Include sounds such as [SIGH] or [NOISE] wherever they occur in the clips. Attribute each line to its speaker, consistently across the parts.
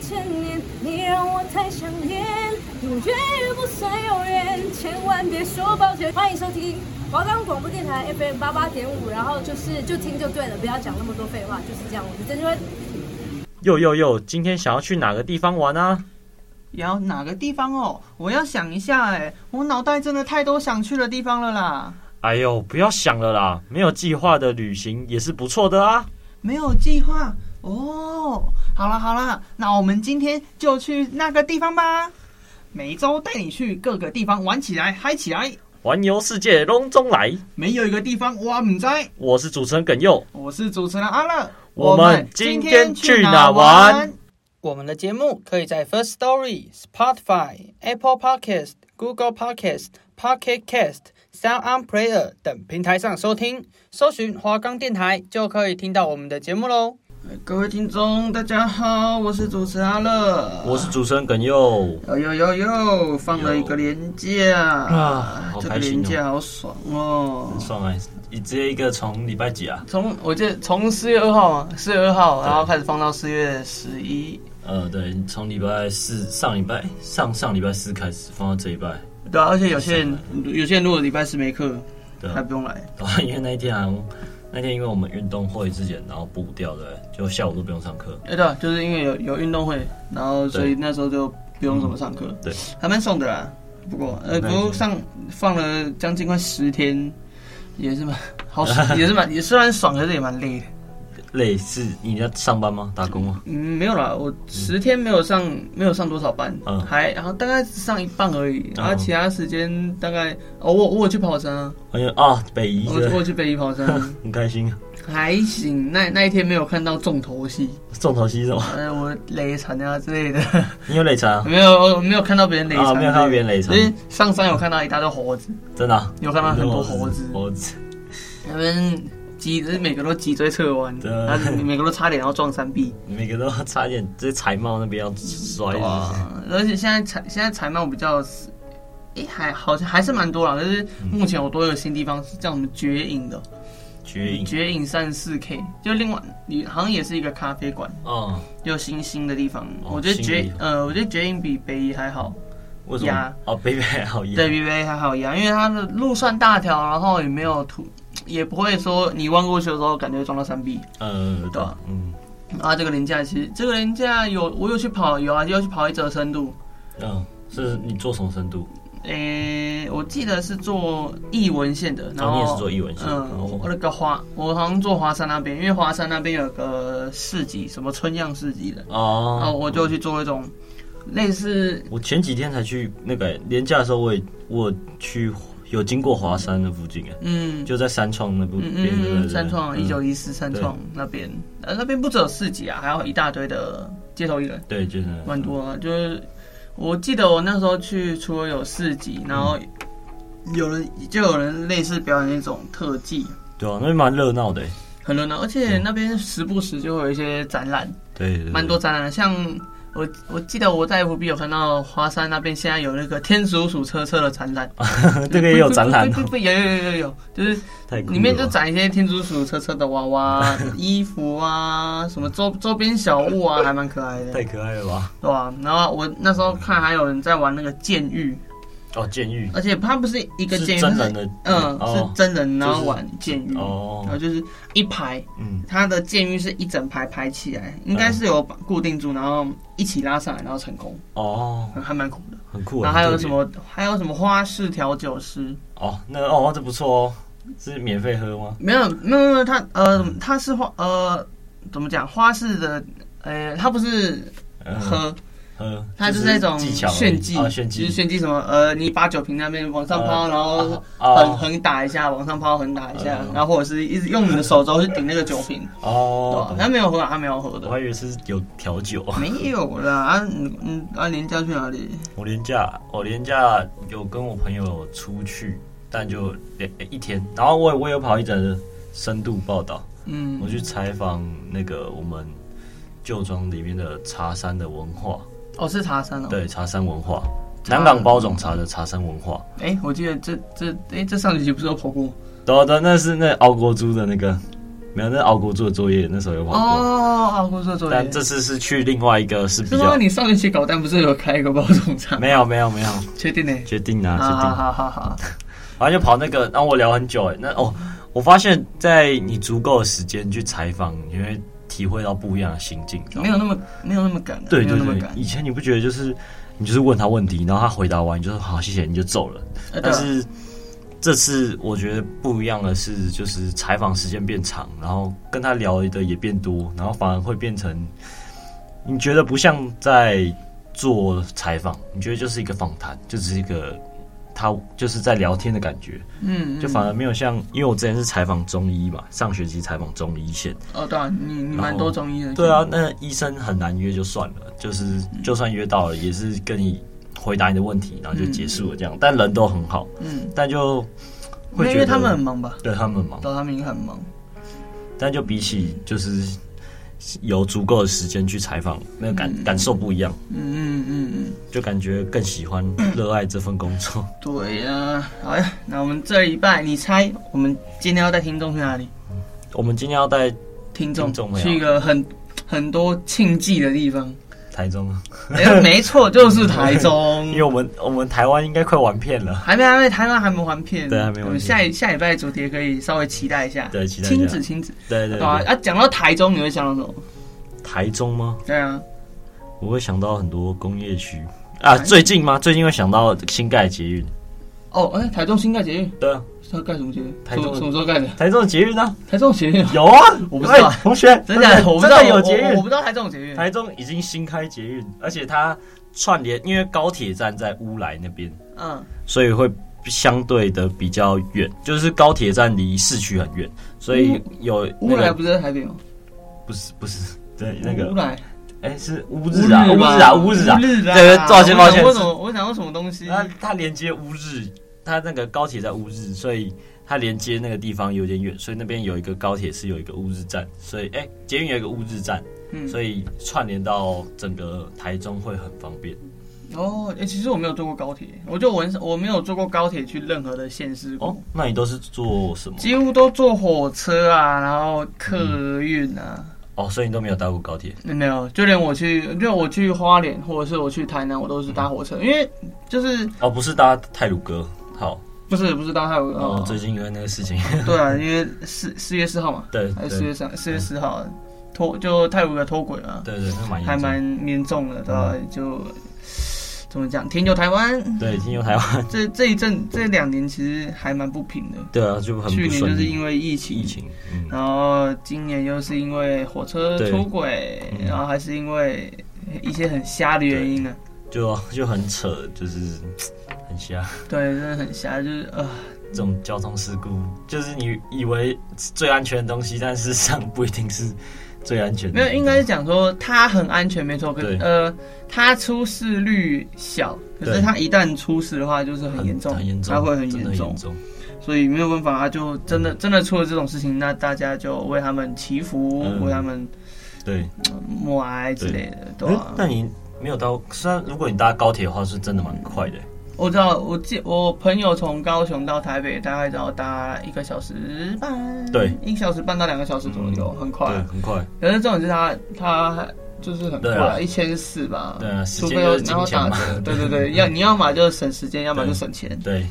Speaker 1: 千年，你让我太想念，永远不算永远，千万别说抱歉。欢迎收听华冈广播电台 FM 八八点五，然后就是就听就对了，不要讲那么多废话，就是这样。我是郑钧，
Speaker 2: 又又又，今天想要去哪个地方玩啊？
Speaker 3: 也要哪个地方哦？我要想一下哎，我脑袋真的太多想去的地方了啦。
Speaker 2: 哎呦，不要想了啦，没有计划的旅行也是不错的啊。
Speaker 3: 没有计划哦。好了好了，那我们今天就去那个地方吧。每周带你去各个地方玩起来，嗨起来！
Speaker 2: 环游世界隆中来，
Speaker 3: 没有一个地方我唔知。
Speaker 2: 我是主持人耿佑。
Speaker 3: 我是主持人阿乐，
Speaker 2: 我们今天去哪玩？
Speaker 3: 我们的节目可以在 First Story、Spotify、Apple Podcast、Google Podcast、Pocket Cast、Sound On Player 等平台上收听，搜寻华冈电台就可以听到我们的节目喽。各位听众，大家好，我是主持人阿乐，哎
Speaker 2: 我是主持人耿佑。
Speaker 3: 呦呦呦呦，放了一个年假
Speaker 2: 啊好
Speaker 3: 这个
Speaker 2: 开心
Speaker 3: 年
Speaker 2: 哦
Speaker 3: 假好爽哦！
Speaker 2: 上来，你直接一个从礼拜几啊？
Speaker 3: 从我记得从四月二号嘛，四月二号，然后开始放到四月十一，
Speaker 2: 呃，对，从礼拜四上礼拜上上礼拜四开始放到这一拜，
Speaker 3: 对啊，而且有些人有些人如果礼拜四没课，
Speaker 2: 对
Speaker 3: 还
Speaker 2: 啊，
Speaker 3: 不用来。
Speaker 2: 然 [LAUGHS] 后因为那一天啊，那天因为我们运动会之前，然后补掉的，就下午都不用上课。
Speaker 3: 哎，对啊，就是因为有有运动会，然后所以那时候就不用怎么上课，
Speaker 2: 嗯对，
Speaker 3: 还蛮爽的啦。不过呃，不
Speaker 2: 蛮爽
Speaker 3: 过上放了将近快十天，
Speaker 2: [LAUGHS]
Speaker 3: 也是蛮好爽，也是蛮也虽然爽，可是也蛮累的。
Speaker 2: 累是你在上班吗？打工吗？
Speaker 3: 嗯，没有啦，我十天没有上，没有上多少班，
Speaker 2: 嗯
Speaker 3: 还然后大概只上一半而已，然后
Speaker 2: 嗯
Speaker 3: 其他时间大概哦，我我有去跑山啊，
Speaker 2: 哎呀啊，北移
Speaker 3: 我
Speaker 2: 对
Speaker 3: 我有去北宜
Speaker 2: [LAUGHS]
Speaker 3: 跑山，
Speaker 2: 很开心。啊，
Speaker 3: 还行。那那一天没有看到重头戏，
Speaker 2: 重头戏是吗？
Speaker 3: 呃，我累惨啊之类的，
Speaker 2: [LAUGHS] 你有累残啊？
Speaker 3: 没有我没有看到别人累惨、
Speaker 2: 啊，没有看到别人累残
Speaker 3: 所，以上山有看到一大堆猴子，
Speaker 2: 真的啊、
Speaker 3: 有看到很多猴子
Speaker 2: 猴子，
Speaker 3: 他们脊每个都脊椎侧弯，
Speaker 2: 对
Speaker 3: 然后每个都差点要撞山壁。
Speaker 2: 每个都差点直接财茂那边要摔
Speaker 3: 对
Speaker 2: 了。
Speaker 3: 啊，而且现在采现在采漫比较是，诶、还好像还是蛮多啦，但是
Speaker 2: 嗯
Speaker 3: 目前我多一个新地方是叫什么绝影的，
Speaker 2: 绝影，
Speaker 3: 绝影三四 K，就另外你好像也是一个咖啡馆，
Speaker 2: 嗯，
Speaker 3: 有新兴的地方。
Speaker 2: 哦
Speaker 3: 我觉得
Speaker 2: 新
Speaker 3: 绝
Speaker 2: 地方
Speaker 3: 呃，我觉得绝影比北一还好，
Speaker 2: 为什
Speaker 3: 呀
Speaker 2: 么？哦，北北好一
Speaker 3: 对比北一还好一样，因为它的路算大条，然后也没有土，也不会说你弯过去的时候感觉会撞到山壁。
Speaker 2: 呃，
Speaker 3: 对啊
Speaker 2: 嗯，
Speaker 3: 啊，这个廉价其实这个廉价有我有去跑，有啊，有去跑一折深度。
Speaker 2: 嗯，是你做什么深度？
Speaker 3: 诶、我记得是做译文线的，然
Speaker 2: 哦
Speaker 3: 后、
Speaker 2: 你也是做译文线
Speaker 3: 嗯，
Speaker 2: 哦
Speaker 3: 我那个华，我好像做华山那边，因为华山那边有个市集，什么春样市集的，然后
Speaker 2: 哦，
Speaker 3: 我就去做一种类似，
Speaker 2: 我前几天才去那个年假的时候，我也我去有经过华山那附近，哎，
Speaker 3: 嗯
Speaker 2: 就在三创那部
Speaker 3: 嗯
Speaker 2: 边，
Speaker 3: 嗯
Speaker 2: 对对
Speaker 3: 嗯，
Speaker 2: 对
Speaker 3: 三创
Speaker 2: 嗯
Speaker 3: 一九一四三创那边，呃，那边不只有市集啊，还有一大堆的街头艺人，
Speaker 2: 对，就是那
Speaker 3: 蛮多啊，就是我记得我那时候去，除了有市集，然后
Speaker 2: 嗯
Speaker 3: 有人就有人类似表演那种特技。
Speaker 2: 对啊，那边蛮热闹的，哎
Speaker 3: 很热闹，而且那边时不时就会有一些展览，
Speaker 2: 对，嗯对对
Speaker 3: 蛮多展览的。像我我记得我在 FB 有看到华山那边现在有那个天竺鼠车车的展览，
Speaker 2: 啊 [LAUGHS] 这个也有展
Speaker 3: [LAUGHS]
Speaker 2: 览哦
Speaker 3: 不，不不不有有有有有，就是
Speaker 2: 太酷了吧
Speaker 3: 里面就展一些天竺鼠车车的娃
Speaker 2: [LAUGHS]
Speaker 3: 娃、衣服啊，什么周周边小物啊，还蛮可爱的，
Speaker 2: 太可爱了吧？
Speaker 3: 对吧、然后我那时候看还有人在玩那个剑狱，
Speaker 2: 哦，监狱
Speaker 3: 而且它不是一个
Speaker 2: 是
Speaker 3: 剑狱，
Speaker 2: 真
Speaker 3: 它
Speaker 2: 人
Speaker 3: 是
Speaker 2: 的，
Speaker 3: 嗯、
Speaker 2: 哦
Speaker 3: 是真人，然后
Speaker 2: 就是
Speaker 3: 玩剑狱，
Speaker 2: 哦
Speaker 3: 然后就是一排。
Speaker 2: 嗯，
Speaker 3: 它的监狱是一整排排起来，应该是有把固定住，然后一起拉上来，然后成功，
Speaker 2: 哦，
Speaker 3: 还蛮酷的。
Speaker 2: 很酷啊。
Speaker 3: 然后还有
Speaker 2: 很特别
Speaker 3: 什？么，还有什么花式调酒师？
Speaker 2: 哦，那个哦，这不错哦，是免费喝吗？
Speaker 3: 没有，没有，没有，他呃，他是花呃，怎么讲？花式的，呃，他不是
Speaker 2: 嗯
Speaker 3: 喝，
Speaker 2: 喝，
Speaker 3: 他
Speaker 2: 就是
Speaker 3: 那种
Speaker 2: 技巧而已
Speaker 3: 炫技，
Speaker 2: 啊，炫技
Speaker 3: 就是炫技什么？呃，你把酒瓶那边往上抛，
Speaker 2: 呃
Speaker 3: 然后
Speaker 2: 啊
Speaker 3: 横横打一下，往上抛，横打一下，
Speaker 2: 嗯
Speaker 3: 然后或者是一直用你的手肘去顶那个酒瓶，对吧
Speaker 2: 哦？，
Speaker 3: 他没有喝啊，他没有喝的
Speaker 2: 我。还以为是有调酒， [LAUGHS]
Speaker 3: 没有啦，啊，嗯嗯，啊，廉价去哪里？
Speaker 2: 我廉价，我廉价有跟我朋友出去，但就两一天，然后我也我也有跑一整深度报道，
Speaker 3: 嗯，
Speaker 2: 我去采访那个我们旧庄里面的茶山的文化，
Speaker 3: 哦是茶山哦。，
Speaker 2: 对，茶山文化，南港包种茶的茶山文化。
Speaker 3: 哎、我记得这这哎、这上学期不是有跑过？
Speaker 2: 对啊对啊，那是那熬国猪的那个没有，那是熬国做的作业，那时候有跑过。
Speaker 3: 哦，好，工作作
Speaker 2: 但
Speaker 3: 业。
Speaker 2: 这次是去另外一个是比
Speaker 3: 是因
Speaker 2: 较
Speaker 3: 为你上学期搞单不是有开一个包种厂？
Speaker 2: 没有没有没有
Speaker 3: 确定呢？
Speaker 2: 决定啊
Speaker 3: 好
Speaker 2: 决定
Speaker 3: 好，好好好，
Speaker 2: 然后就跑那个，然后我聊很久哎、那哦，我发现在你足够的时间去采访，你会体会到不一样的心境。你知道吗
Speaker 3: 没有那么没有那么赶啊，
Speaker 2: 对
Speaker 3: 没有
Speaker 2: 对
Speaker 3: 那么
Speaker 2: 对
Speaker 3: 赶，。
Speaker 2: 以前你不觉得就是你就是问他问题，然后他回答完你就说好谢谢你就走了，
Speaker 3: 呃对
Speaker 2: 但
Speaker 3: 啊
Speaker 2: 是这次我觉得不一样的是，就是采访时间变长，然后跟他聊的也变多，然后反而会变成你觉得不像在做采访，你觉得就是一个访谈，就只是一个他就是在聊天的感觉，
Speaker 3: 嗯，嗯
Speaker 2: 就反而没有像，因为我之前是采访中医嘛，上学期采访中医线，
Speaker 3: 哦，对啊，你你
Speaker 2: 然后
Speaker 3: 蛮多中医的，
Speaker 2: 对啊，，那医生很难约就算了，就是
Speaker 3: 嗯
Speaker 2: 就算约到了，也是跟你回答你的问题，然后就结束了这样。但人都很好，
Speaker 3: 嗯，
Speaker 2: 但就会觉
Speaker 3: 那
Speaker 2: 得
Speaker 3: 因为他们很忙吧，
Speaker 2: 对他们忙，
Speaker 3: 对，他们应该很忙，
Speaker 2: 但就比起就是有足够的时间去采访，那个感、
Speaker 3: 嗯
Speaker 2: 感受不一样，
Speaker 3: 嗯嗯嗯嗯。
Speaker 2: 就感觉更喜 [COUGHS] 欢、热爱这份工作。 [LAUGHS]
Speaker 3: 对呀、好呀，那我们这一拜，你猜我们今天要带听众去哪里？
Speaker 2: 我们今天要带
Speaker 3: 听众
Speaker 2: 听众朋友
Speaker 3: 去一个很很多庆忌的地方。
Speaker 2: 台中，啊
Speaker 3: 哎，没错，就是台中
Speaker 2: 因。为我们我们台湾应该快完片了。
Speaker 3: 还没还没，台湾还没完片。
Speaker 2: 对还没完片
Speaker 3: 我们下一下礼拜的主题可以稍微期待一下。
Speaker 2: 对期待一下
Speaker 3: 亲子亲子。
Speaker 2: [LAUGHS] 对对
Speaker 3: 对
Speaker 2: 对，
Speaker 3: 啊，啊，讲到台中，你会想到什么？
Speaker 2: 台中吗？
Speaker 3: 对啊，
Speaker 2: 我会想到很多工业区啊，最近吗？最近会想到新盖捷运，
Speaker 3: 哦，哎，台中新盖捷运，
Speaker 2: 对啊，
Speaker 3: 它盖什么捷运？
Speaker 2: 台中
Speaker 3: 什么什么时候盖的？
Speaker 2: 台中的捷运呢？
Speaker 3: 台中捷运啊，
Speaker 2: 有啊，
Speaker 3: 我不知道
Speaker 2: 喂同学，
Speaker 3: 真的，我不知道
Speaker 2: [LAUGHS] 真的有捷
Speaker 3: 我我我
Speaker 2: 运
Speaker 3: 不，知道台中有捷运。
Speaker 2: 台中已经新开捷运，而且它串联，因为高铁站在乌来那边，
Speaker 3: 嗯，
Speaker 2: 所以会相对的比较远，就是高铁站离市区很远，所以有
Speaker 3: 乌
Speaker 2: 那
Speaker 3: 来
Speaker 2: 个
Speaker 3: 不是在台北吗？
Speaker 2: 不是不是对那
Speaker 3: 乌
Speaker 2: 个
Speaker 3: 来。
Speaker 2: 哎是乌日啊乌日啊乌日啊
Speaker 3: 乌，日啊！
Speaker 2: 对抱歉抱歉啊
Speaker 3: 我想说什么？我想说什么东西？
Speaker 2: 它它连接乌日，它那个高铁在乌日，所以它连接那个地方有点远，所以那边有一个高铁是有一个乌日站，所以哎、捷运有一个乌日站，
Speaker 3: 嗯，
Speaker 2: 所以串联到整个台中会很方便。
Speaker 3: 哦，哎、其实我没有坐过高铁，我就我很少我没有坐过高铁去任何的县市过，
Speaker 2: 哦，那你都是坐什么？
Speaker 3: 几乎都坐火车啊，然后客运啊，
Speaker 2: 哦，所以你都没有搭过高铁。
Speaker 3: 没有，就连我去，就我去花莲或者是我去台南，我都是搭火车，因为就是
Speaker 2: 哦，不是搭泰鲁哥。好，
Speaker 3: 不是不是搭泰国，
Speaker 2: 哦
Speaker 3: 哦，，
Speaker 2: 最近因为那个事情，
Speaker 3: 对啊，因为四四月四号嘛，
Speaker 2: 对
Speaker 3: 还
Speaker 2: 对
Speaker 3: 是四月三四月四号脱就泰国的脱轨啊，
Speaker 2: 对对，那嗯蛮
Speaker 3: 还
Speaker 2: 严重。
Speaker 3: 蛮严重的，对吧、就怎么讲，停留台湾。
Speaker 2: 对，经由台湾，
Speaker 3: 这这一阵这两年其实还蛮不平的，
Speaker 2: 对啊，就很
Speaker 3: 去
Speaker 2: 不
Speaker 3: 年就
Speaker 2: 顺
Speaker 3: 是
Speaker 2: 利。
Speaker 3: 因为啊疫情，
Speaker 2: 疫情，嗯，
Speaker 3: 然后今年又是因为火车
Speaker 2: 对
Speaker 3: 出轨，
Speaker 2: 嗯
Speaker 3: 然后还是因为一些很瞎的原因呢、
Speaker 2: 就就很扯，就是很瞎。
Speaker 3: 对，真的很瞎，就是呃，
Speaker 2: 这种交通事故，就是你以为最安全的东西，但事实上不一定是最安全的。
Speaker 3: 没有，应该是讲说它很安全，没错，可
Speaker 2: 对
Speaker 3: 呃，它出事率小，可是
Speaker 2: 对
Speaker 3: 它一旦出事的话，就是很严重，
Speaker 2: 很严重，
Speaker 3: 它会很
Speaker 2: 真的
Speaker 3: 严重
Speaker 2: 严，重。嗯
Speaker 3: 所以没有办法，就真的真的出了这种事情，那大家就为他们祈福，
Speaker 2: 嗯
Speaker 3: 为他们
Speaker 2: 对，
Speaker 3: 呃默哀之类的，对啊吧、
Speaker 2: 诶那你没有到，虽然如果你搭高铁的话，是真的蛮快的。
Speaker 3: 我知道，我记我朋友从高雄到台北，大概只要搭一个小时半，
Speaker 2: 对，
Speaker 3: 一个小时半到两个小时左右，嗯很快。
Speaker 2: 嗯
Speaker 3: 啊
Speaker 2: 对，很快。
Speaker 3: 可是重点是他他就是很
Speaker 2: 对啊
Speaker 3: 快，一千四吧，
Speaker 2: 对啊时
Speaker 3: 除非
Speaker 2: 间就是
Speaker 3: 然后
Speaker 2: 金
Speaker 3: 打
Speaker 2: 钱嘛
Speaker 3: 折，对
Speaker 2: [LAUGHS]
Speaker 3: 对对，要你要嘛就是省时间，要么就
Speaker 2: 对
Speaker 3: 省钱。
Speaker 2: 对，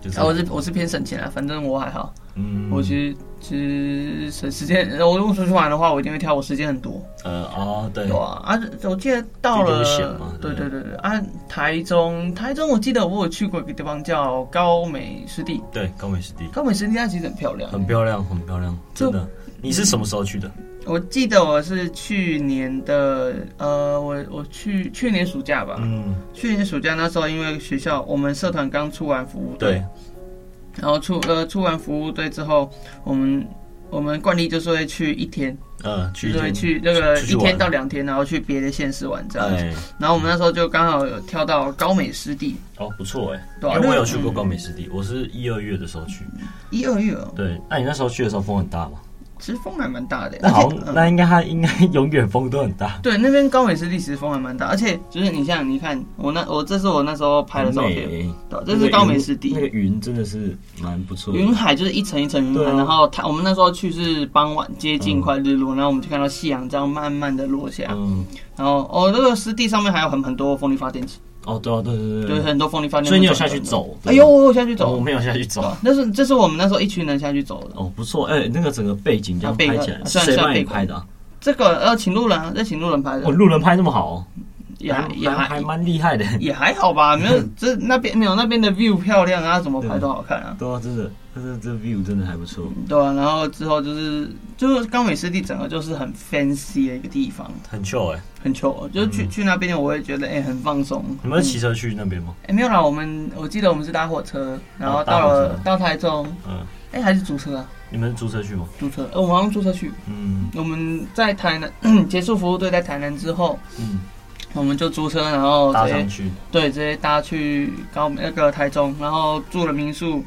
Speaker 2: 就是。
Speaker 3: 啊，我是我是偏省钱啊，反正我还好，
Speaker 2: 嗯
Speaker 3: 我其实其实省时间，我如果出去玩的话，我一定会挑我时间很多。
Speaker 2: 呃哦，对
Speaker 3: 对啊，啊，我记得到
Speaker 2: 这
Speaker 3: 了
Speaker 2: 就是险嘛，
Speaker 3: 对
Speaker 2: 对
Speaker 3: 对对对啊，台中，台中，我记得我有去过一个地方叫高美湿地，
Speaker 2: 对，高美湿地
Speaker 3: 高美湿地它其实很漂亮。
Speaker 2: 很漂亮，很漂亮，
Speaker 3: 就
Speaker 2: 真的。你是什么时候去的？
Speaker 3: 我记得我是去年的，呃，我我去去年暑假吧，
Speaker 2: 嗯，
Speaker 3: 去年暑假那时候因为学校我们社团刚出完服务队
Speaker 2: 对，，
Speaker 3: 然后出呃出完服务队之后，我们我们惯例就是会去一天，
Speaker 2: 呃，去
Speaker 3: 就是会
Speaker 2: 一
Speaker 3: 去
Speaker 2: 天
Speaker 3: 那个
Speaker 2: 出去
Speaker 3: 一天
Speaker 2: 玩
Speaker 3: 到两天，然后去别的县市玩这样子。
Speaker 2: 哎，
Speaker 3: 然后我们那时候就刚好有跳到高美湿地。
Speaker 2: 哦，不错哎，
Speaker 3: 对啊
Speaker 2: 因为我
Speaker 3: 那
Speaker 2: 有去过
Speaker 3: 嗯
Speaker 2: 高美湿地，我是一二月的时候去。
Speaker 3: 一二月哦， [LAUGHS]
Speaker 2: 对，那你那时候去的时候风很大吗？
Speaker 3: 其实风还蛮大的，
Speaker 2: 那好像，
Speaker 3: 而且嗯
Speaker 2: 那应该它应该永远风都很大，
Speaker 3: 对，那边高美湿地其实风还蛮大，而且就是你像你看我那我这是我那时候拍的照
Speaker 2: 很
Speaker 3: 片，
Speaker 2: 美
Speaker 3: 对，这是高美湿地
Speaker 2: 那，个云真的是蛮不错的。
Speaker 3: 云海就是一层一层云
Speaker 2: 对
Speaker 3: 海，
Speaker 2: 啊
Speaker 3: 然后它我们那时候去是傍晚接近快日落，然后我们就看到夕阳这样慢慢的落下，
Speaker 2: 嗯，
Speaker 3: 然后哦那个湿地上面还有很很多风力发电机，
Speaker 2: 哦，对啊，对对
Speaker 3: 对，
Speaker 2: 对对，
Speaker 3: 很多风力发电机，
Speaker 2: 所以你有下去？走？哦
Speaker 3: 哎呦，，我有下去
Speaker 2: 走，我
Speaker 3: 走，
Speaker 2: 没有下去走
Speaker 3: 对。啊那是这是我们那时候一群人下去走的，
Speaker 2: 哦，不错，哎，那个整个背景这样
Speaker 3: 啊背景
Speaker 2: 拍起来，
Speaker 3: 啊
Speaker 2: 是
Speaker 3: 算
Speaker 2: 谁
Speaker 3: 算
Speaker 2: 帮你
Speaker 3: 背景
Speaker 2: 拍的啊？
Speaker 3: 这个呃请路人啊，这请路人拍
Speaker 2: 哦，
Speaker 3: 的，
Speaker 2: 路人拍那么好哦，
Speaker 3: 也
Speaker 2: 还
Speaker 3: 也
Speaker 2: 还还
Speaker 3: 还
Speaker 2: 蛮厉害的。
Speaker 3: 也还
Speaker 2: [LAUGHS]
Speaker 3: 好吧，没有这那边没有那边的 view 漂亮啊，怎么拍都好看啊。
Speaker 2: 对啊，真的，这这这 view 真的还不错，
Speaker 3: 对啊，然后之后就是就是高美湿地整个就是很 fancy 的一个地方，
Speaker 2: 很 chill 哎。
Speaker 3: 很糗，就是去、去那边我会觉得哎、很放松。嗯
Speaker 2: 你们是骑车去那边吗？
Speaker 3: 哎、没有啦，我们我记得我们是搭火车，然后
Speaker 2: 哦搭
Speaker 3: 到
Speaker 2: 火车
Speaker 3: 了、到台中，
Speaker 2: 嗯，
Speaker 3: 哎、还是租车啊，
Speaker 2: 你们是租车去吗？
Speaker 3: 租车，呃，我们好像租车去。
Speaker 2: 嗯
Speaker 3: 我们在台南 [COUGHS] 结束服务队在台南之后，
Speaker 2: 嗯，
Speaker 3: 我们就租车，然后
Speaker 2: 搭
Speaker 3: 直
Speaker 2: 上
Speaker 3: 接
Speaker 2: 去，
Speaker 3: 嗯对直接搭去高那个台中，然后住了民宿，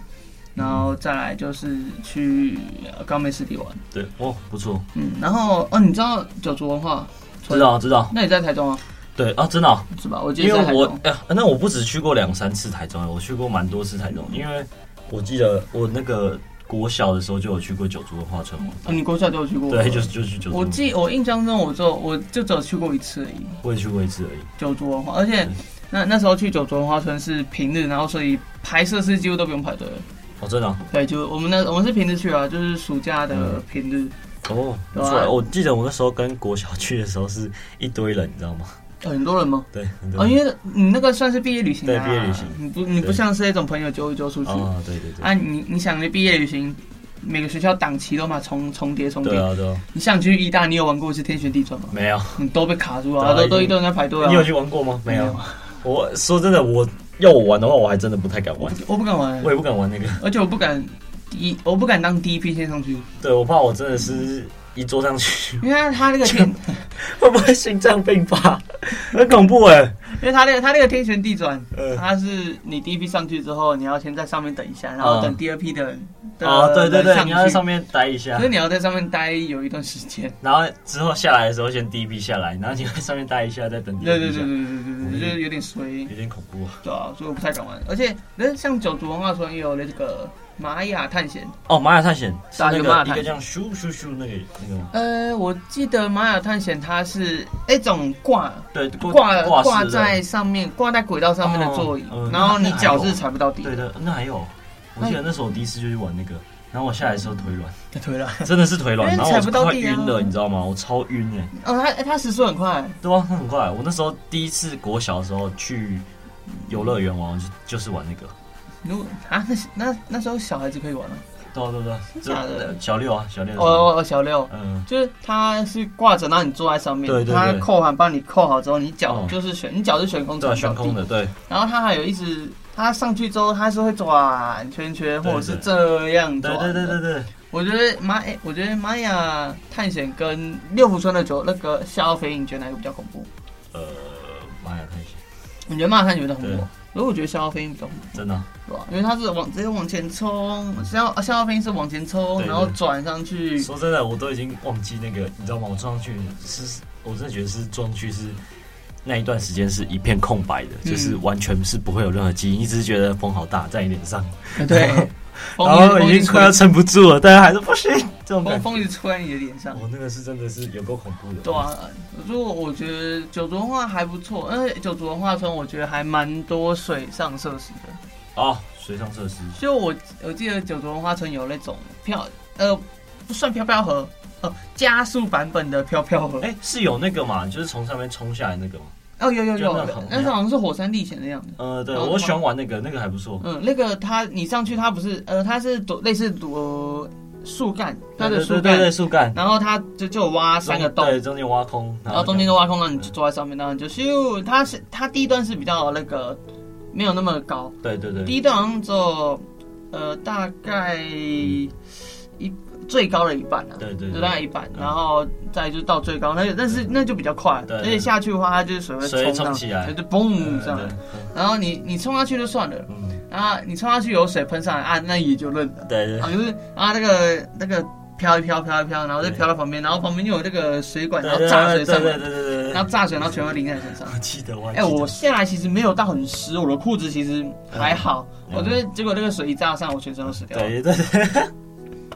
Speaker 3: 然后再来就是去呃高美湿地玩。
Speaker 2: 对，哦，不错，
Speaker 3: 嗯，然后哦，你知道九族文化？
Speaker 2: 知道知道，
Speaker 3: 那你在台中啊，
Speaker 2: 对啊，真的哦，
Speaker 3: 是吧？我记
Speaker 2: 因
Speaker 3: 得在
Speaker 2: 为
Speaker 3: 台
Speaker 2: 我
Speaker 3: 中。
Speaker 2: 哎呀，那我不止去过两三次台中，欸我去过蛮多次台中，因为我记得我那个国小的时候就有去过九族文化村嘛，
Speaker 3: 哦，你国小就有去过？
Speaker 2: 对，就是就是去九族
Speaker 3: 我
Speaker 2: 文化村，
Speaker 3: 记我印象中，我就我就只有去过一次而已，
Speaker 2: 我也去过一次而已，
Speaker 3: 九族文化，而且
Speaker 2: 嗯
Speaker 3: 那那时候去九族文化村是平日，然后所以排设施几乎都不用排队了。
Speaker 2: 哦，真的哦
Speaker 3: 对，就我们那我们是平日去啊，就是暑假
Speaker 2: 嗯
Speaker 3: 的平日。
Speaker 2: 哦，不
Speaker 3: 对啊
Speaker 2: 错，我记得我那时候跟国小去的时候是一堆人，你知道吗？
Speaker 3: 呃很多人吗？
Speaker 2: 对，很多
Speaker 3: 哦，
Speaker 2: 人
Speaker 3: 因为你那个算是毕业旅行啊，
Speaker 2: 对毕业旅行
Speaker 3: 你不你不
Speaker 2: 对
Speaker 3: 像是那种朋友揪一揪出去
Speaker 2: 啊，对对对，
Speaker 3: 啊，你你想你毕业旅行，每个学校档期都嘛重重叠重叠
Speaker 2: 对，啊对啊，
Speaker 3: 你想去义大，你有玩过一次天旋地转吗？
Speaker 2: 没有。
Speaker 3: 你都被卡住
Speaker 2: 对
Speaker 3: 啊，
Speaker 2: 啊
Speaker 3: 都
Speaker 2: 一定
Speaker 3: 都一堆人在排队啊。
Speaker 2: 你有去玩过吗？没
Speaker 3: 没有
Speaker 2: 有。我说真的，我要我玩的话，我还真的不太敢
Speaker 3: 我
Speaker 2: 玩，
Speaker 3: 我不敢玩
Speaker 2: [LAUGHS] 我，也不敢玩那个。
Speaker 3: 而且我不敢第一，我不敢当第一批先上去，
Speaker 2: 对，我怕我真的是一坐上去 [LAUGHS]
Speaker 3: 因为他他那个天，
Speaker 2: 会不会心脏病发， [LAUGHS] 很恐怖哎、
Speaker 3: 因为他那个他那个天旋地转，
Speaker 2: 呃
Speaker 3: 他是你第一批上去之后，你要先在上面等一下，然后
Speaker 2: 嗯
Speaker 3: 等第二批的人的
Speaker 2: 哦，对对
Speaker 3: 人
Speaker 2: 对，你要在上
Speaker 3: 啊去，
Speaker 2: 面待一下
Speaker 3: 所以，你要在上面待有一段时间。
Speaker 2: 然后之后下来的时候先第一批下来，然后你在上面待一下，再等第
Speaker 3: 对
Speaker 2: 二
Speaker 3: 对
Speaker 2: 批
Speaker 3: 对
Speaker 2: 下来，
Speaker 3: 对对
Speaker 2: 嗯
Speaker 3: 对对，就是有点衰，
Speaker 2: 有点恐怖啊。
Speaker 3: 对啊，所以我不太敢玩。而且，那像九族文化村也有那个玛雅探险，
Speaker 2: 哦，玛雅探险是
Speaker 3: 打
Speaker 2: 那
Speaker 3: 一个玛雅
Speaker 2: 个一
Speaker 3: 探
Speaker 2: 个
Speaker 3: 险
Speaker 2: 这样咻咻咻那个那个吗，
Speaker 3: 呃，我记得玛雅探险它是一种挂
Speaker 2: 对，
Speaker 3: 挂
Speaker 2: 挂
Speaker 3: 挂
Speaker 2: 式的
Speaker 3: 在上面，挂在轨道上面的座椅，
Speaker 2: 哦嗯
Speaker 3: 然后你脚是踩不到底
Speaker 2: 对
Speaker 3: 的，
Speaker 2: 的，那还有，我记得那时候我第一次就去玩那个，然后我下来的时候腿软。 [LAUGHS]
Speaker 3: 对了。
Speaker 2: 真的是腿软，
Speaker 3: 因为
Speaker 2: 然后
Speaker 3: 踩不
Speaker 2: 我
Speaker 3: 到
Speaker 2: 快
Speaker 3: 地啊
Speaker 2: 晕了，你知道吗？我超晕哎、
Speaker 3: 哦，它哎它时速很快，
Speaker 2: 对啊，很快。我那时候第一次国小的时候去游乐园玩，就就是玩那个，
Speaker 3: 如果啊那那那时候小孩子可以玩啊，
Speaker 2: 对啊对啊对
Speaker 3: 假
Speaker 2: 啊，
Speaker 3: 的
Speaker 2: 这小六啊小六的时候，
Speaker 3: 哦哦小六。
Speaker 2: 嗯，
Speaker 3: 就是它是挂着，然后你坐在上面，
Speaker 2: 对对对
Speaker 3: 它扣环帮你扣好之后，你脚
Speaker 2: 哦
Speaker 3: 就是悬，你脚是悬空
Speaker 2: 对啊
Speaker 3: 着
Speaker 2: 悬空的，对
Speaker 3: 然后它还有一直，它上去之后它是会转圈圈，或
Speaker 2: 对
Speaker 3: 者是这样转
Speaker 2: 对
Speaker 3: 的。
Speaker 2: 对对对对，
Speaker 3: 我觉得玛，哎我觉得玛雅探险跟六福村的酒那个夏奥飞，你觉得哪个比较恐怖？
Speaker 2: 呃，玛雅探险，
Speaker 3: 你觉得玛雅探险比较恐怖
Speaker 2: 对？
Speaker 3: 所以我觉得夏奥飞鹰比较恐怖，
Speaker 2: 真的啊
Speaker 3: 对吧？因为它是往直接往前冲，夏夏奥飞鹰是往前冲，
Speaker 2: 对对
Speaker 3: 然后转
Speaker 2: [LAUGHS]
Speaker 3: 上去，
Speaker 2: 说真的，我都已经忘记那个，你知道吗？我撞上去是，我真的觉得是撞上去是。那一段时间是一片空白的，
Speaker 3: 嗯
Speaker 2: 就是完全是不会有任何记忆，你只是觉得风好大在你脸上，
Speaker 3: 对，风
Speaker 2: 然后
Speaker 3: 嗯风
Speaker 2: 已
Speaker 3: 一
Speaker 2: 经
Speaker 3: 直
Speaker 2: 快要
Speaker 3: 吹，
Speaker 2: 撑不住了，但是还是不行，这种感
Speaker 3: 风
Speaker 2: 觉。
Speaker 3: 风一直吹在你的脸上。
Speaker 2: 我那个是真的是有够恐怖的。
Speaker 3: 对啊，如果我觉得九族文化还不错，而且九族文化村我觉得还蛮多水上设施的。
Speaker 2: 哦，水上设施，
Speaker 3: 就我我记得九族文化村有那种漂呃不算飘飘河，呃加速版本的飘飘河。
Speaker 2: 哎、是有那个嘛，就是从上面冲下来那个嘛。
Speaker 3: 哦有有
Speaker 2: 就
Speaker 3: 有
Speaker 2: 那种，
Speaker 3: 那是好像是火山历险的样子。
Speaker 2: 呃，对，
Speaker 3: 哦
Speaker 2: 我喜欢玩那个，那个还不错。
Speaker 3: 嗯，那个它你上去它不是呃它是躲类似躲树干，它的
Speaker 2: 对对对
Speaker 3: 树
Speaker 2: 对，
Speaker 3: 干，
Speaker 2: 树干，
Speaker 3: 然后它就就有挖
Speaker 2: 中
Speaker 3: 三个洞。
Speaker 2: 对，中间挖空，
Speaker 3: 然后中间就挖空，然后你就坐在上面，然后你就咻，它是它第一段是比较那个没有那么高，
Speaker 2: 对对对，
Speaker 3: 第一段好像只有呃大概一最高的一半啊，
Speaker 2: 对对对
Speaker 3: 就大概一半，
Speaker 2: 嗯
Speaker 3: 然后再就到最高，那但是那就比较快，
Speaker 2: 对
Speaker 3: 而
Speaker 2: 对
Speaker 3: 且下去的话，它就是水会
Speaker 2: 水
Speaker 3: 冲
Speaker 2: 会
Speaker 3: 上
Speaker 2: 冲起来
Speaker 3: 就就
Speaker 2: 对
Speaker 3: 嘣
Speaker 2: 对
Speaker 3: 上来
Speaker 2: 对，
Speaker 3: 然后你你冲下去就算了，
Speaker 2: 嗯，
Speaker 3: 然后你冲下去有水喷上来啊，那也就认了，
Speaker 2: 对对
Speaker 3: 啊就是啊那个那个飘一飘，飘一飘，然后再
Speaker 2: 对
Speaker 3: 飘到旁边，然后旁边又有这个水管，然后
Speaker 2: 对
Speaker 3: 炸水
Speaker 2: 对
Speaker 3: 上
Speaker 2: 对
Speaker 3: 来，
Speaker 2: 对对对
Speaker 3: 然
Speaker 2: 对，
Speaker 3: 后炸水，然后全部淋在身上。
Speaker 2: 我记得我还
Speaker 3: 哎、
Speaker 2: 记得
Speaker 3: 我下来其实没有到很湿，我的裤子其实还好。
Speaker 2: 嗯
Speaker 3: 我觉得结果那个水一炸上，我全身都湿掉了。
Speaker 2: 对对对，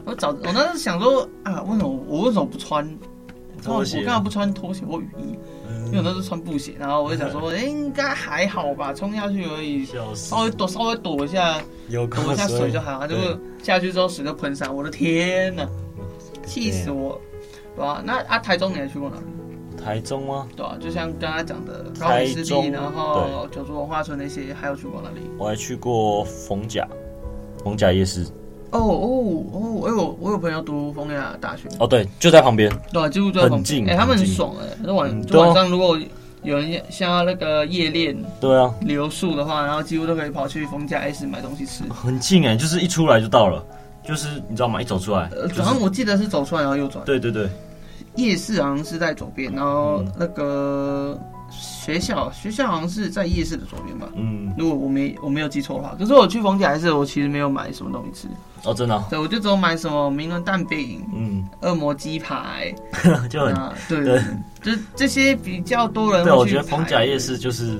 Speaker 3: 我早我当时想说啊，为什么我为什么不穿？
Speaker 2: 拖鞋
Speaker 3: 哦我干嘛不穿拖鞋或雨衣？因为我那时候穿布鞋，然后我就想说，哎、应该还好吧，冲下去而已，
Speaker 2: 笑死
Speaker 3: 稍，微躲稍微躲一下，
Speaker 2: 有
Speaker 3: 躲
Speaker 2: 口
Speaker 3: 一下水就好了。结果下去之后水就喷上，我的天呐，气死我！对啊，那啊，台中你还去过哪？
Speaker 2: 台中吗？
Speaker 3: 对啊，就像刚刚讲的高雄湿
Speaker 2: 台中
Speaker 3: 地，然后九族文化村那些，还有去过哪里？
Speaker 2: 我还去过逢甲，逢甲夜市。
Speaker 3: 哦哦哦，我有我有朋友读风雅大学，
Speaker 2: 哦，对，就在旁边。
Speaker 3: 对啊，几乎就在旁
Speaker 2: 很近
Speaker 3: 哎、他们很
Speaker 2: 很近
Speaker 3: 爽哎、那晚、
Speaker 2: 嗯
Speaker 3: 就
Speaker 2: 对
Speaker 3: 晚
Speaker 2: 啊
Speaker 3: 上如果有人想要那个夜练
Speaker 2: 对啊，
Speaker 3: 留宿的话，然后几乎都可以跑去逢甲 S 买东西吃。
Speaker 2: 很近哎，就是一出来就到了，就是你知道吗？一走出来，
Speaker 3: 呃，
Speaker 2: 就
Speaker 3: 好像
Speaker 2: 是
Speaker 3: 我记得是走出来然后右转，
Speaker 2: 对对对，
Speaker 3: 夜市好像是在左边，然后那个学校学校好像是在夜市的左边吧。
Speaker 2: 嗯，
Speaker 3: 如果我没我没有记错的话，可是我去逢甲 S，我其实没有买什么东西吃，
Speaker 2: 哦，真的啊，
Speaker 3: 对，我就只有买什么明伦蛋饼、
Speaker 2: 嗯，
Speaker 3: 恶魔鸡排，
Speaker 2: 就很
Speaker 3: 啊，对
Speaker 2: 嗯对，
Speaker 3: 就这些比较多人。
Speaker 2: 对，我觉得逢甲夜市，就是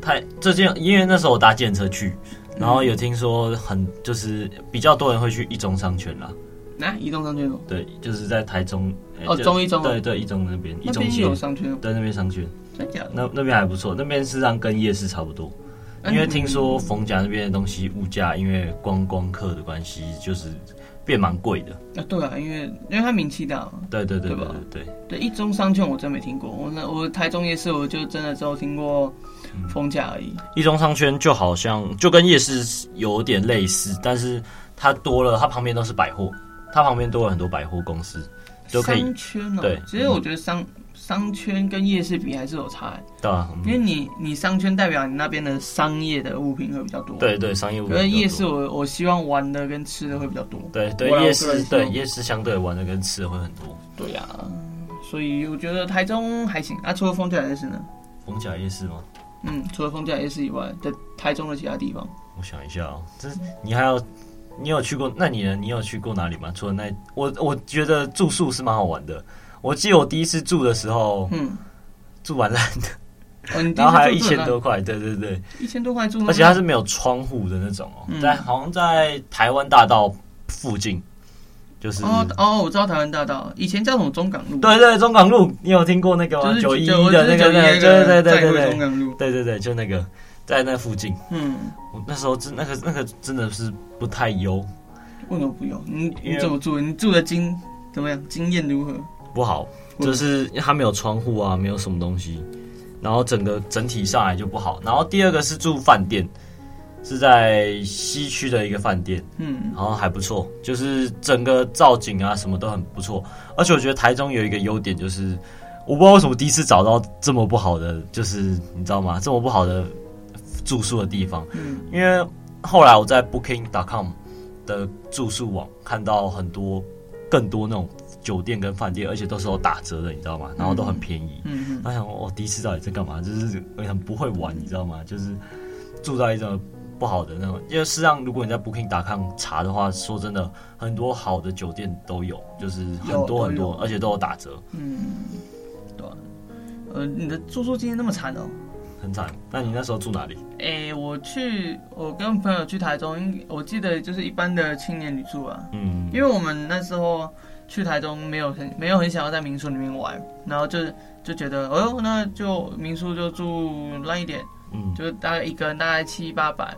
Speaker 2: 太最近，因为那时候我搭电车去，然
Speaker 3: 嗯
Speaker 2: 后有听说很就是比较多人会去一中商圈啦，
Speaker 3: 来、移动商圈哦，
Speaker 2: 对，就是在台中呃
Speaker 3: 哦
Speaker 2: 就
Speaker 3: 中一中哦
Speaker 2: 对对一中那边一
Speaker 3: 那
Speaker 2: 中
Speaker 3: 边
Speaker 2: 街
Speaker 3: 有商圈哦，
Speaker 2: 对那边商圈，
Speaker 3: 真假的？
Speaker 2: 那那边还不错，那边事实上跟夜市差不多，
Speaker 3: 那你
Speaker 2: 因为听
Speaker 3: 嗯
Speaker 2: 说逢甲那边的东西物价因为观光客的关系就是变蛮贵的，
Speaker 3: 啊，对啊，因为因为它名气大嘛。
Speaker 2: 对对对
Speaker 3: 对
Speaker 2: 对
Speaker 3: 吧
Speaker 2: 对对，
Speaker 3: 对，一中商圈我真没听过，我那我台中夜市我就真的只有听过
Speaker 2: 嗯
Speaker 3: 逢甲而已。
Speaker 2: 一中商圈就好像就跟夜市有点类似，但是它多了，它旁边都是百货，它旁边多了很多百货公司，都可以
Speaker 3: 商圈哦，
Speaker 2: 对嗯
Speaker 3: 其实我觉得商商圈跟夜市比还是有差欸，
Speaker 2: 对吧、
Speaker 3: 因为
Speaker 2: 嗯？
Speaker 3: 你你商圈代表你那边的商业的物品会比较多，，
Speaker 2: 对对，商业物
Speaker 3: 可是
Speaker 2: 比较
Speaker 3: 夜市
Speaker 2: 多
Speaker 3: 我我希望玩的跟吃的会比较多。
Speaker 2: 对对
Speaker 3: 我啦
Speaker 2: 夜
Speaker 3: 我个
Speaker 2: 市
Speaker 3: 人希
Speaker 2: 对
Speaker 3: 望
Speaker 2: 夜市相对玩的跟吃的会很多，
Speaker 3: 对呀、啊，所以我觉得台中还行。啊，除了丰甲夜市呢？
Speaker 2: 逢甲夜市吗？
Speaker 3: 嗯，除了丰甲夜市以外，在台中的其他地方，
Speaker 2: 我想一下哦，这你还有你有去过？那你呢？你有去过哪里吗？除了那我，我觉得住宿是蛮好玩的。我记得我第一次住的时候，
Speaker 3: 嗯，
Speaker 2: 住完了，
Speaker 3: 哦，你第
Speaker 2: 然后还有
Speaker 3: 一
Speaker 2: 一
Speaker 3: 次住
Speaker 2: 千
Speaker 3: 哪里
Speaker 2: 多，块，对对对，
Speaker 3: 一千多块住那边，
Speaker 2: 而且它是没有窗户的那种哦，
Speaker 3: 嗯
Speaker 2: 在好像在台湾大道附近，就是、
Speaker 3: 哦哦，我知道台湾大道，以前叫什么中港路，
Speaker 2: 对对中港路，你有听过那个吗？
Speaker 3: 就是
Speaker 2: 九一
Speaker 3: 我
Speaker 2: 一的那
Speaker 3: 就
Speaker 2: 个，
Speaker 3: 是911
Speaker 2: 对对
Speaker 3: 那
Speaker 2: 对对
Speaker 3: 再会
Speaker 2: 对
Speaker 3: 中港路，
Speaker 2: 对对对，就那个在那附近，
Speaker 3: 嗯，
Speaker 2: 我那时候真那个那个真的是不太优，
Speaker 3: 为什么不用？你
Speaker 2: 因
Speaker 3: 你
Speaker 2: 为
Speaker 3: 怎么住？你住的经怎么样？经验如何？
Speaker 2: 不好，
Speaker 3: 嗯
Speaker 2: 就是它没有窗户啊，没有什么东西，然后整个整体上来就不好。然后第二个是住饭店，是在西区的一个饭店，
Speaker 3: 嗯
Speaker 2: 然后还不错，就是整个造景啊什么都很不错。而且我觉得台中有一个优点就是，我不知道为什么第一次找到这么不好的，就是你知道吗？这么不好的住宿的地方，
Speaker 3: 嗯，
Speaker 2: 因为后来我在 Booking.com 的住宿网看到很多更多那种酒店跟饭店，而且都是有打折的，你知道吗？然后都很便宜。
Speaker 3: 嗯嗯
Speaker 2: 我想，我、第一次到底在干嘛？就是很不会玩，你知道吗？就是住到一种不好的那种。因为事实上，如果你在 Booking.com 查的话，说真的，很多好的酒店都有，就是很
Speaker 3: 有
Speaker 2: 多很
Speaker 3: 都有
Speaker 2: 多，而且都有打折，
Speaker 3: 嗯，对啊，呃，你的住宿经验那么惨哦。
Speaker 2: 很惨。那你那时候住哪里？
Speaker 3: 诶、我去，我跟朋友去台中，应我记得就是一般的青年旅宿啊，
Speaker 2: 嗯，
Speaker 3: 因为我们那时候去台中没有很没有很想要在民宿里面玩，然后就就觉得，哦，那就民宿就住烂一点，
Speaker 2: 嗯，
Speaker 3: 就是大概一个人大概七八百，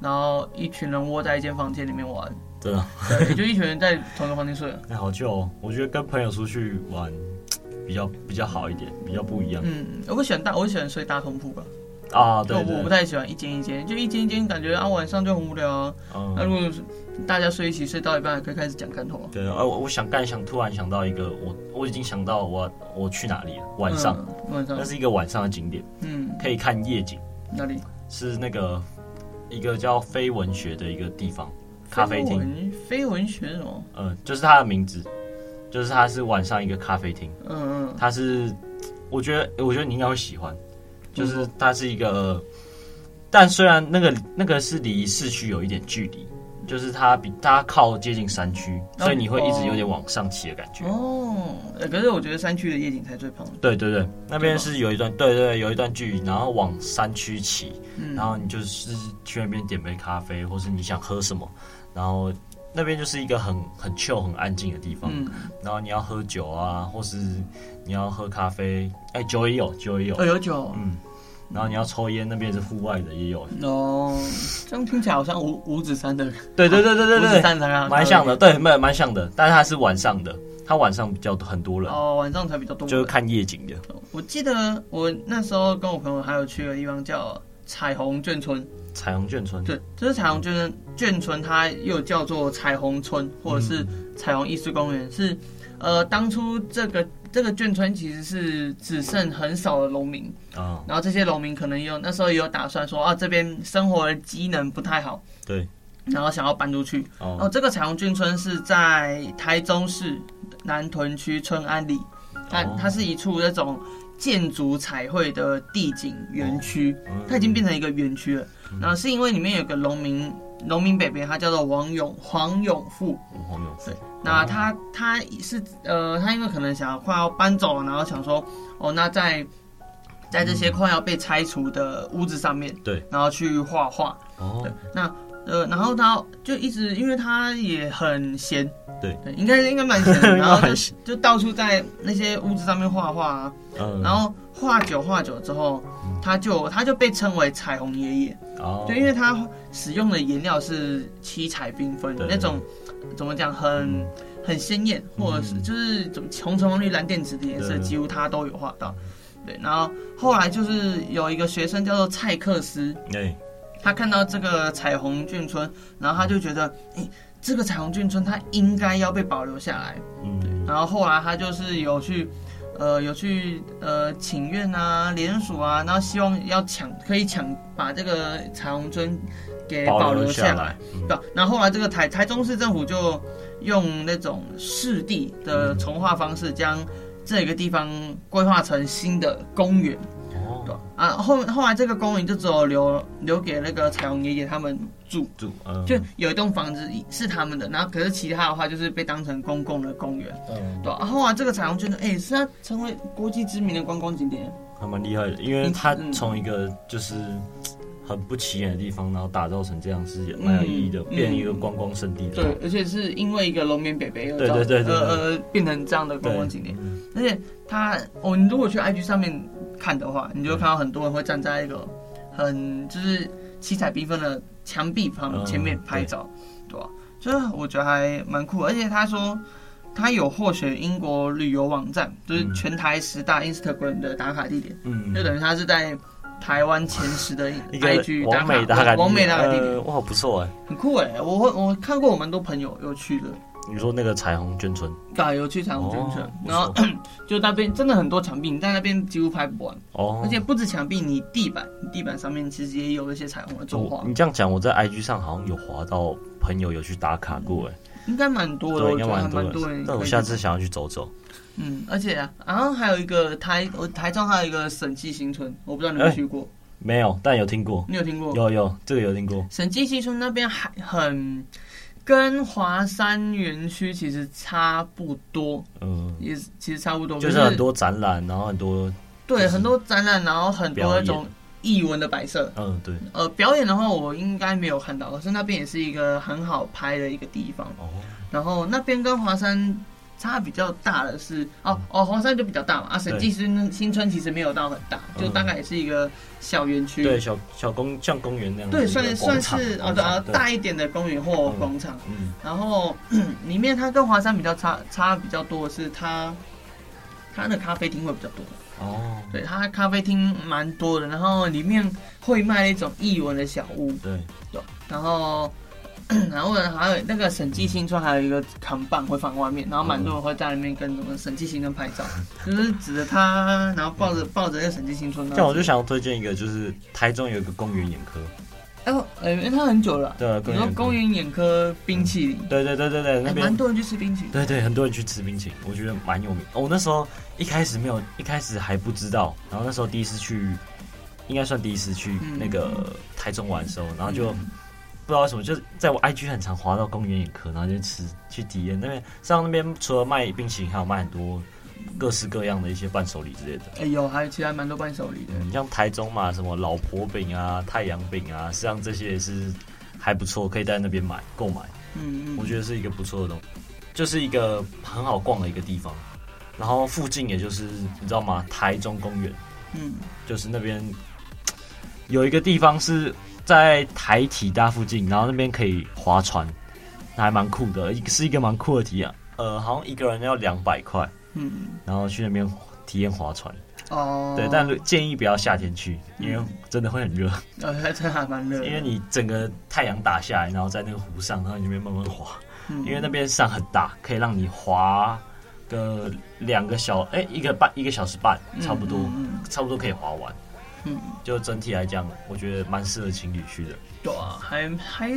Speaker 3: 然后一群人窝在一间房间里面玩，
Speaker 2: 真的，
Speaker 3: 对，也就一群人在同一个房
Speaker 2: [LAUGHS]
Speaker 3: 间睡了。
Speaker 2: 那好旧、哦。我觉得跟朋友出去玩比较比较好一点，比较不一样、
Speaker 3: 嗯，我喜欢大，我喜欢睡大通铺吧，
Speaker 2: 啊。
Speaker 3: 就
Speaker 2: 对
Speaker 3: 我
Speaker 2: 对
Speaker 3: 不太喜欢一间一间，就一间一间感觉啊晚上就很无聊啊。那、如
Speaker 2: 嗯，
Speaker 3: 果大家睡一起睡到一半，还可以开始讲干头啊。
Speaker 2: 对，啊，我我想干想突然想到一个，我我已经想到我我去哪里了，晚上。
Speaker 3: 嗯，晚
Speaker 2: 那
Speaker 3: 上，
Speaker 2: 是一个晚上的景点，
Speaker 3: 嗯，
Speaker 2: 可以看夜景。
Speaker 3: 哪里？
Speaker 2: 是那个一个叫非文学的一个地方咖啡厅，
Speaker 3: 文，非文学是什么？
Speaker 2: 呃，就是它的名字，就是它是晚上一个咖啡厅，
Speaker 3: 嗯嗯，
Speaker 2: 它是我觉得我觉得你应该会喜欢，就是
Speaker 3: 嗯
Speaker 2: 它是一个，但虽然那个那个是离市区有一点距离，就是它比它靠接近山区，
Speaker 3: 哦
Speaker 2: 所以你会一直有点往上骑的感觉。
Speaker 3: 哦，呃可是我觉得山区的夜景才最棒。
Speaker 2: 对对对，那边
Speaker 3: 对吧
Speaker 2: 是有一段，对对对，有一段距离，然后往山区骑，
Speaker 3: 嗯，
Speaker 2: 然后你就是去那边点杯咖啡，或是你想喝什么，然后那边就是一个很很 chill、很安静的地方。
Speaker 3: 嗯，
Speaker 2: 然后你要喝酒啊，或是你要喝咖啡，哎，酒也有，酒也有，
Speaker 3: 哦有酒
Speaker 2: 嗯。然后你要抽烟，那边也是户外的，也有。
Speaker 3: 哦，这样听起来好像五五指山的，
Speaker 2: 对对对对
Speaker 3: 五指
Speaker 2: 对对，
Speaker 3: 山才好
Speaker 2: 蛮像的，对，蛮蛮像的。但是它是晚上的，它晚上比较很多人，
Speaker 3: 哦，晚上才比较多。
Speaker 2: 就是看夜景的。
Speaker 3: 我记得我那时候跟我朋友还有去个地方叫彩虹眷村，
Speaker 2: 彩虹眷村，
Speaker 3: 对，就是彩虹眷村，眷村它又叫做彩虹村或者是彩虹艺术公园，是呃当初这个这个眷村其实是只剩很少的农民，
Speaker 2: 啊，
Speaker 3: 然后这些农民可能也有那时候也有打算说啊这边生活的机能不太好，
Speaker 2: 对，
Speaker 3: 然后想要搬出去。哦，
Speaker 2: 哦，
Speaker 3: 这个彩虹眷村是在台中市南屯区春安里，它
Speaker 2: 哦
Speaker 3: 它是一处那种建筑彩绘的地景园区，
Speaker 2: 嗯
Speaker 3: 它已经变成一个园区了。然后是因为里面有个农民，农民北北，他叫做王永黄永富。
Speaker 2: 黄永飞，
Speaker 3: 那他他是呃，他因为可能想要快要搬走了，然后想说，哦，那在在这些快要被拆除的屋子上面，
Speaker 2: 嗯对，
Speaker 3: 然后去画画，
Speaker 2: 哦
Speaker 3: 对，呃，然后他就一直，因为他也很闲，
Speaker 2: 对，
Speaker 3: 应该应该蛮闲
Speaker 2: [LAUGHS]
Speaker 3: 的，
Speaker 2: 应该
Speaker 3: 然后
Speaker 2: 蛮
Speaker 3: 就就到处在那些屋子上面画画啊，
Speaker 2: 嗯，
Speaker 3: 然后画久画久之后，他就他就被称为彩虹爷爷，
Speaker 2: 哦，
Speaker 3: 对，因为他使用的颜料是七彩缤纷
Speaker 2: 对
Speaker 3: 那种，怎么讲很。很鲜艳，或者是
Speaker 2: 嗯
Speaker 3: 就是怎么红橙黄绿蓝靛紫的颜色，
Speaker 2: 对
Speaker 3: 几乎他都有画到。对，然后后来就是有一个学生叫做蔡克斯，
Speaker 2: 哎，
Speaker 3: 他看到这个彩虹眷村，然后他就觉得，哎、这个彩虹眷村它应该要被保留下来。
Speaker 2: 嗯，
Speaker 3: 然后后来他就是有去，呃，有去呃请愿啊、联署啊，然后希望要抢，可以抢把这个彩虹村给保留下
Speaker 2: 下
Speaker 3: 来。，
Speaker 2: 嗯
Speaker 3: 对，然后后来这个台台中市政府就用那种市地的重划方式，将这个地方规划成新的公园。对
Speaker 2: 哦，
Speaker 3: 啊，后后来这个公园就只有留留给那个彩虹爷爷他们住，
Speaker 2: 住，嗯，
Speaker 3: 就有一栋房子是他们的，然后可是其他的话就是被当成公共的公园，
Speaker 2: 嗯
Speaker 3: 对吧、啊？后来这个彩虹圈，哎、是它成为国际知名的观光景点，
Speaker 2: 还蛮厉害的，因为他
Speaker 3: 嗯
Speaker 2: 从一个就是很不起眼的地方，然后打造成这样是也蛮有意义的，
Speaker 3: 嗯嗯
Speaker 2: 变一个观光圣地的。
Speaker 3: 对，而且是因为一个龙面北北而
Speaker 2: 对
Speaker 3: 造
Speaker 2: 对对对
Speaker 3: 呃呃变成这样的观光景点，
Speaker 2: 嗯
Speaker 3: 而且它，哦，你如果去 IG 上面看的话，你就会看到很多人会站在一个很就是七彩缤纷的墙壁旁
Speaker 2: 嗯
Speaker 3: 前面拍照，对吧、就是我觉得还蛮酷，而且他说他有获选英国旅游网站，就是
Speaker 2: 嗯
Speaker 3: 全台十大 Instagram 的打卡地点，
Speaker 2: 嗯，
Speaker 3: 就等于他是在台湾前十的
Speaker 2: 一个
Speaker 3: IG 打
Speaker 2: 完美打
Speaker 3: 卡
Speaker 2: 卡，
Speaker 3: 完美打卡地点，
Speaker 2: 呃，哇，不错哎！
Speaker 3: 很酷哎、我会我看过我蛮多朋友有去的。
Speaker 2: 你说那个彩虹眷村，
Speaker 3: 对，啊有去彩虹眷村
Speaker 2: 哦，
Speaker 3: 然后就那边真的很多墙壁，你在那边几乎拍不完。
Speaker 2: 哦，
Speaker 3: 而且不止墙壁，你地板，你地板上面其实也有一些彩虹的作
Speaker 2: 我
Speaker 3: 画，
Speaker 2: 你这样讲，我在 IG 上好像有滑到朋友有去打卡过哎，
Speaker 3: 应该蛮多的，
Speaker 2: 对，
Speaker 3: 我
Speaker 2: 应
Speaker 3: 觉
Speaker 2: 该
Speaker 3: 得还蛮
Speaker 2: 蛮
Speaker 3: 多
Speaker 2: 多的。
Speaker 3: 人可以去。
Speaker 2: 但我下次想要去走走，
Speaker 3: 嗯，而且啊，然后还有一个台，我台中还有一个审计新村，我不知道你有没有
Speaker 2: 哎
Speaker 3: 去过，
Speaker 2: 没有，但有听过，
Speaker 3: 你有听过？
Speaker 2: 有有这个有听过，
Speaker 3: 审计新村那边还很跟华山园区其实差不多，
Speaker 2: 嗯，
Speaker 3: 也是其实差不多，
Speaker 2: 就
Speaker 3: 可
Speaker 2: 是很多展览，然后很多，
Speaker 3: 对
Speaker 2: 就是
Speaker 3: 很多展览，然后很多
Speaker 2: 表
Speaker 3: 那
Speaker 2: 演
Speaker 3: 种艺文的摆设，
Speaker 2: 嗯，对，
Speaker 3: 呃，表演的话我应该没有看到，可是那边也是一个很好拍的一个地方。
Speaker 2: 哦，
Speaker 3: 然后那边跟华山差比较大的是，哦哦，华山就比较大嘛，啊，审计新新村其实没有到很大，
Speaker 2: 嗯
Speaker 3: 就大概也是一个小园区。
Speaker 2: 对，小小公像公园那样子
Speaker 3: 对，
Speaker 2: 的
Speaker 3: 算
Speaker 2: 一个广
Speaker 3: 算
Speaker 2: 场，
Speaker 3: 是哦，
Speaker 2: 广
Speaker 3: 对
Speaker 2: 场
Speaker 3: 啊，大一点的公园或
Speaker 2: 嗯
Speaker 3: 广场。
Speaker 2: 嗯，
Speaker 3: 然后 [CLEARS THROAT] 里面它跟华山比较差差比较多的是它。它的咖啡厅会比较多，
Speaker 2: 哦，
Speaker 3: 对，它咖啡厅蛮多的，然后里面会卖那种艺文的小屋，
Speaker 2: 对，
Speaker 3: 然后， [CLEARS THROAT] 然后呢，还有那个审计新村还有一个扛棒会放外面，然后蛮多人会在里面跟什么审计新村拍
Speaker 2: [LAUGHS]
Speaker 3: 照，就是指着他，然后抱着抱着那个审计新村。
Speaker 2: 嗯这样我就想要推荐一个，就是台中有一个公园眼科，
Speaker 3: 然后，哎呦，哎，他很久了，
Speaker 2: 对啊
Speaker 3: 你
Speaker 2: 公园
Speaker 3: 说
Speaker 2: 眼科
Speaker 3: 公园眼科冰淇淋，
Speaker 2: 对对对对对，
Speaker 3: 哎
Speaker 2: 嗯那
Speaker 3: 蛮
Speaker 2: 边
Speaker 3: 多人去吃冰淇淋。
Speaker 2: 对对，很多人去吃冰淇淋，我觉得蛮有名。我、那时候一开始没有，一开始还不知道，然后那时候第一次去，应该算第一次去
Speaker 3: 嗯
Speaker 2: 那个台中玩的时候，然后就
Speaker 3: 嗯
Speaker 2: 不不知道为什么，就是在我 IG 很常滑到公园野客，然后就吃去体验那边，上那边除了卖冰淇淋，还有卖很多各式各样的一些伴手礼之类的。
Speaker 3: 哎有，还有其他蛮多伴手礼的。
Speaker 2: 嗯，像台中嘛，什么老婆饼啊、太阳饼啊，实际上这些也是还不错，可以在那边买购买。
Speaker 3: 嗯
Speaker 2: 我
Speaker 3: 嗯，
Speaker 2: 觉得是一个不错的东西，就是一个很好逛的一个地方。然后附近也就是你知道吗？台中公园，
Speaker 3: 嗯，
Speaker 2: 就是那边有一个地方是在台体大附近，然后那边可以划船，那还蛮酷的，一个是一个蛮酷的体验。呃，好像一个人要两百块，
Speaker 3: 嗯，
Speaker 2: 然后去那边体验划船。
Speaker 3: 哦，
Speaker 2: 对，但建议不要夏天去，因为
Speaker 3: 嗯
Speaker 2: 真的会很热，
Speaker 3: 呃，这还蛮热的，
Speaker 2: 因为你整个太阳打下来，然后在那个湖上，然后你那边慢慢滑。
Speaker 3: 嗯
Speaker 2: 因为那边山很大，可以让你滑个两个小哎、一个半一个小时半
Speaker 3: 嗯
Speaker 2: 差不多，
Speaker 3: 嗯
Speaker 2: 差不多可以滑完。
Speaker 3: 嗯，
Speaker 2: 就整体来讲，我觉得蛮适合情侣去的。
Speaker 3: 对啊，还还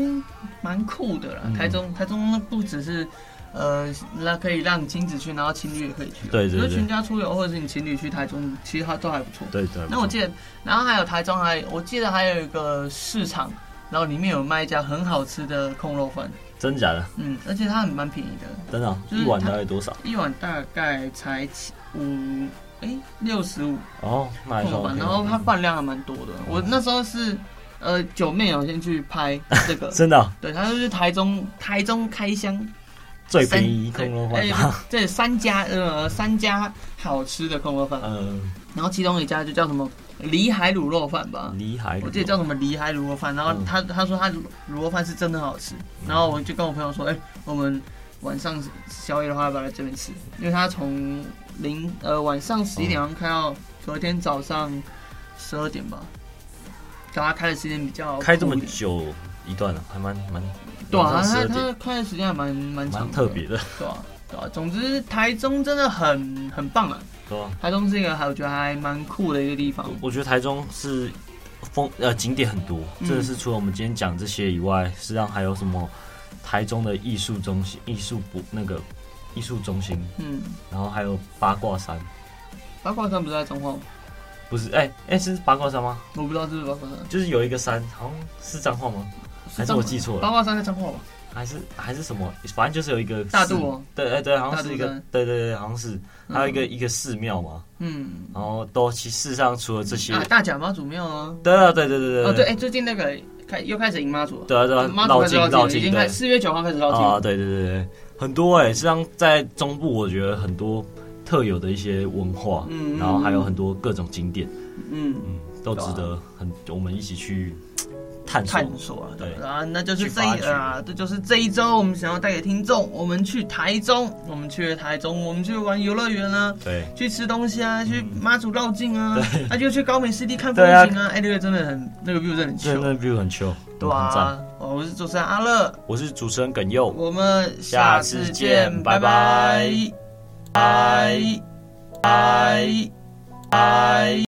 Speaker 3: 蛮酷的啦。
Speaker 2: 嗯
Speaker 3: 台中台中不只是呃，那可以让亲子去，然后情侣也可以去。啊
Speaker 2: 对对
Speaker 3: 就是
Speaker 2: 对
Speaker 3: 全家出游或者是你情侣去台中，其实它都还不错。
Speaker 2: 对对。
Speaker 3: 那我记
Speaker 2: 得
Speaker 3: 得，然后还有台中还有我记得还有一个市场，然后里面有卖一家很好吃的控肉饭，
Speaker 2: 真假的，
Speaker 3: 嗯，而且它很蛮便宜的，
Speaker 2: 真的啊、
Speaker 3: 就是
Speaker 2: 一碗
Speaker 3: 它
Speaker 2: 大概多少？
Speaker 3: 一碗大概才七五哎六十五
Speaker 2: 哦，那还算
Speaker 3: 控肉
Speaker 2: OK，
Speaker 3: 饭，然后它饭量还蛮多的。我那时候是呃九妹有先去拍这个
Speaker 2: [LAUGHS] 真的啊、
Speaker 3: 对，它就是台中台中开箱
Speaker 2: 最
Speaker 3: 三
Speaker 2: 便宜空肉饭
Speaker 3: 对
Speaker 2: 吧。
Speaker 3: 哎这三家呃三家好吃的空肉饭，
Speaker 2: 嗯，
Speaker 3: 然后其中一家就叫什么里海卤肉饭吧，
Speaker 2: 离海
Speaker 3: 我记得叫什么里海卤肉饭，然后
Speaker 2: 嗯
Speaker 3: 他他说他卤卤肉饭是真的好吃，然后我就跟我朋友说，哎，我们晚上宵夜的话要不要来这边吃？因为他从零呃晚上十一点好像开到隔天早上十二点吧，然后他开的时间比较
Speaker 2: 开这
Speaker 3: 酷
Speaker 2: 么
Speaker 3: 一点
Speaker 2: 久一段了、啊还蛮蛮
Speaker 3: 对啊，
Speaker 2: 晚上12
Speaker 3: 他
Speaker 2: 点
Speaker 3: 他开的时间还蛮蛮长
Speaker 2: 蛮
Speaker 3: 的
Speaker 2: 特别的，
Speaker 3: 对啊，对啊，总之台中真的很很棒啊！
Speaker 2: 对吧、
Speaker 3: 台中是一个还我觉得还蛮酷的一个地方。
Speaker 2: 我觉得台中是风呃景点很多，
Speaker 3: 嗯
Speaker 2: 这是除了我们今天讲这些以外，实际上还有什么台中的艺术中心、艺术博那个艺术中心，
Speaker 3: 嗯，
Speaker 2: 然后还有八卦山，
Speaker 3: 八卦山不是在中化吗？
Speaker 2: 不是哎哎、是八卦山吗？
Speaker 3: 我不知道是不是八卦山，
Speaker 2: 就是有一个山，好像是彰化吗？还
Speaker 3: 彰
Speaker 2: 是
Speaker 3: 化
Speaker 2: 我记错
Speaker 3: 八
Speaker 2: 了？
Speaker 3: 卦山在中化吧？
Speaker 2: 还是还是什么？反正就是有一个
Speaker 3: 大
Speaker 2: 寺
Speaker 3: 肚哦，
Speaker 2: 对哎对，好像是一个
Speaker 3: 大肚山
Speaker 2: 对对对，好像是还有一个一个寺庙嘛，
Speaker 3: 嗯，
Speaker 2: 然后都其事实上除了这些
Speaker 3: 啊，，大甲妈祖庙啊，
Speaker 2: 对啊对对对
Speaker 3: 哦
Speaker 2: 对
Speaker 3: 对，哎，最近那个开又开始迎妈祖了，
Speaker 2: 对啊对啊，
Speaker 3: 妈祖
Speaker 2: 绕
Speaker 3: 开始
Speaker 2: 境
Speaker 3: 绕
Speaker 2: 绕
Speaker 3: 境了，已
Speaker 2: 境
Speaker 3: 经开
Speaker 2: 对。
Speaker 3: 四月九号开始绕
Speaker 2: 啊，
Speaker 3: 境，
Speaker 2: 对对对对，很多哎、实际上在中部，我觉得很多特有的一些文化，
Speaker 3: 嗯
Speaker 2: 然后还有很多各种景点，
Speaker 3: 嗯，
Speaker 2: 嗯，都值得很我们一起去探索。
Speaker 3: 探索啊，
Speaker 2: 对
Speaker 3: 啊，那就是
Speaker 2: 去
Speaker 3: 这
Speaker 2: 发
Speaker 3: 一
Speaker 2: 掘
Speaker 3: 啊，这就是这一周我们想要带给听众，我们去台中，我们去了台中，我们去玩游乐园啊，
Speaker 2: 对，
Speaker 3: 去吃东西啊，去妈祖绕境啊
Speaker 2: 对，
Speaker 3: 那就去高美湿地看风景啊。哎，那个真的很，那个 view 真的很
Speaker 2: 这
Speaker 3: 秀，
Speaker 2: 那 view 很 chill，
Speaker 3: 对
Speaker 2: 很赞。
Speaker 3: 啊。哦我是主持人阿乐，
Speaker 2: 我是主持人耿佑，
Speaker 3: 我们
Speaker 2: 下
Speaker 3: 下
Speaker 2: 次
Speaker 3: 次
Speaker 2: 见
Speaker 3: 见，
Speaker 2: 拜
Speaker 3: 拜
Speaker 2: 拜
Speaker 3: 拜，拜拜。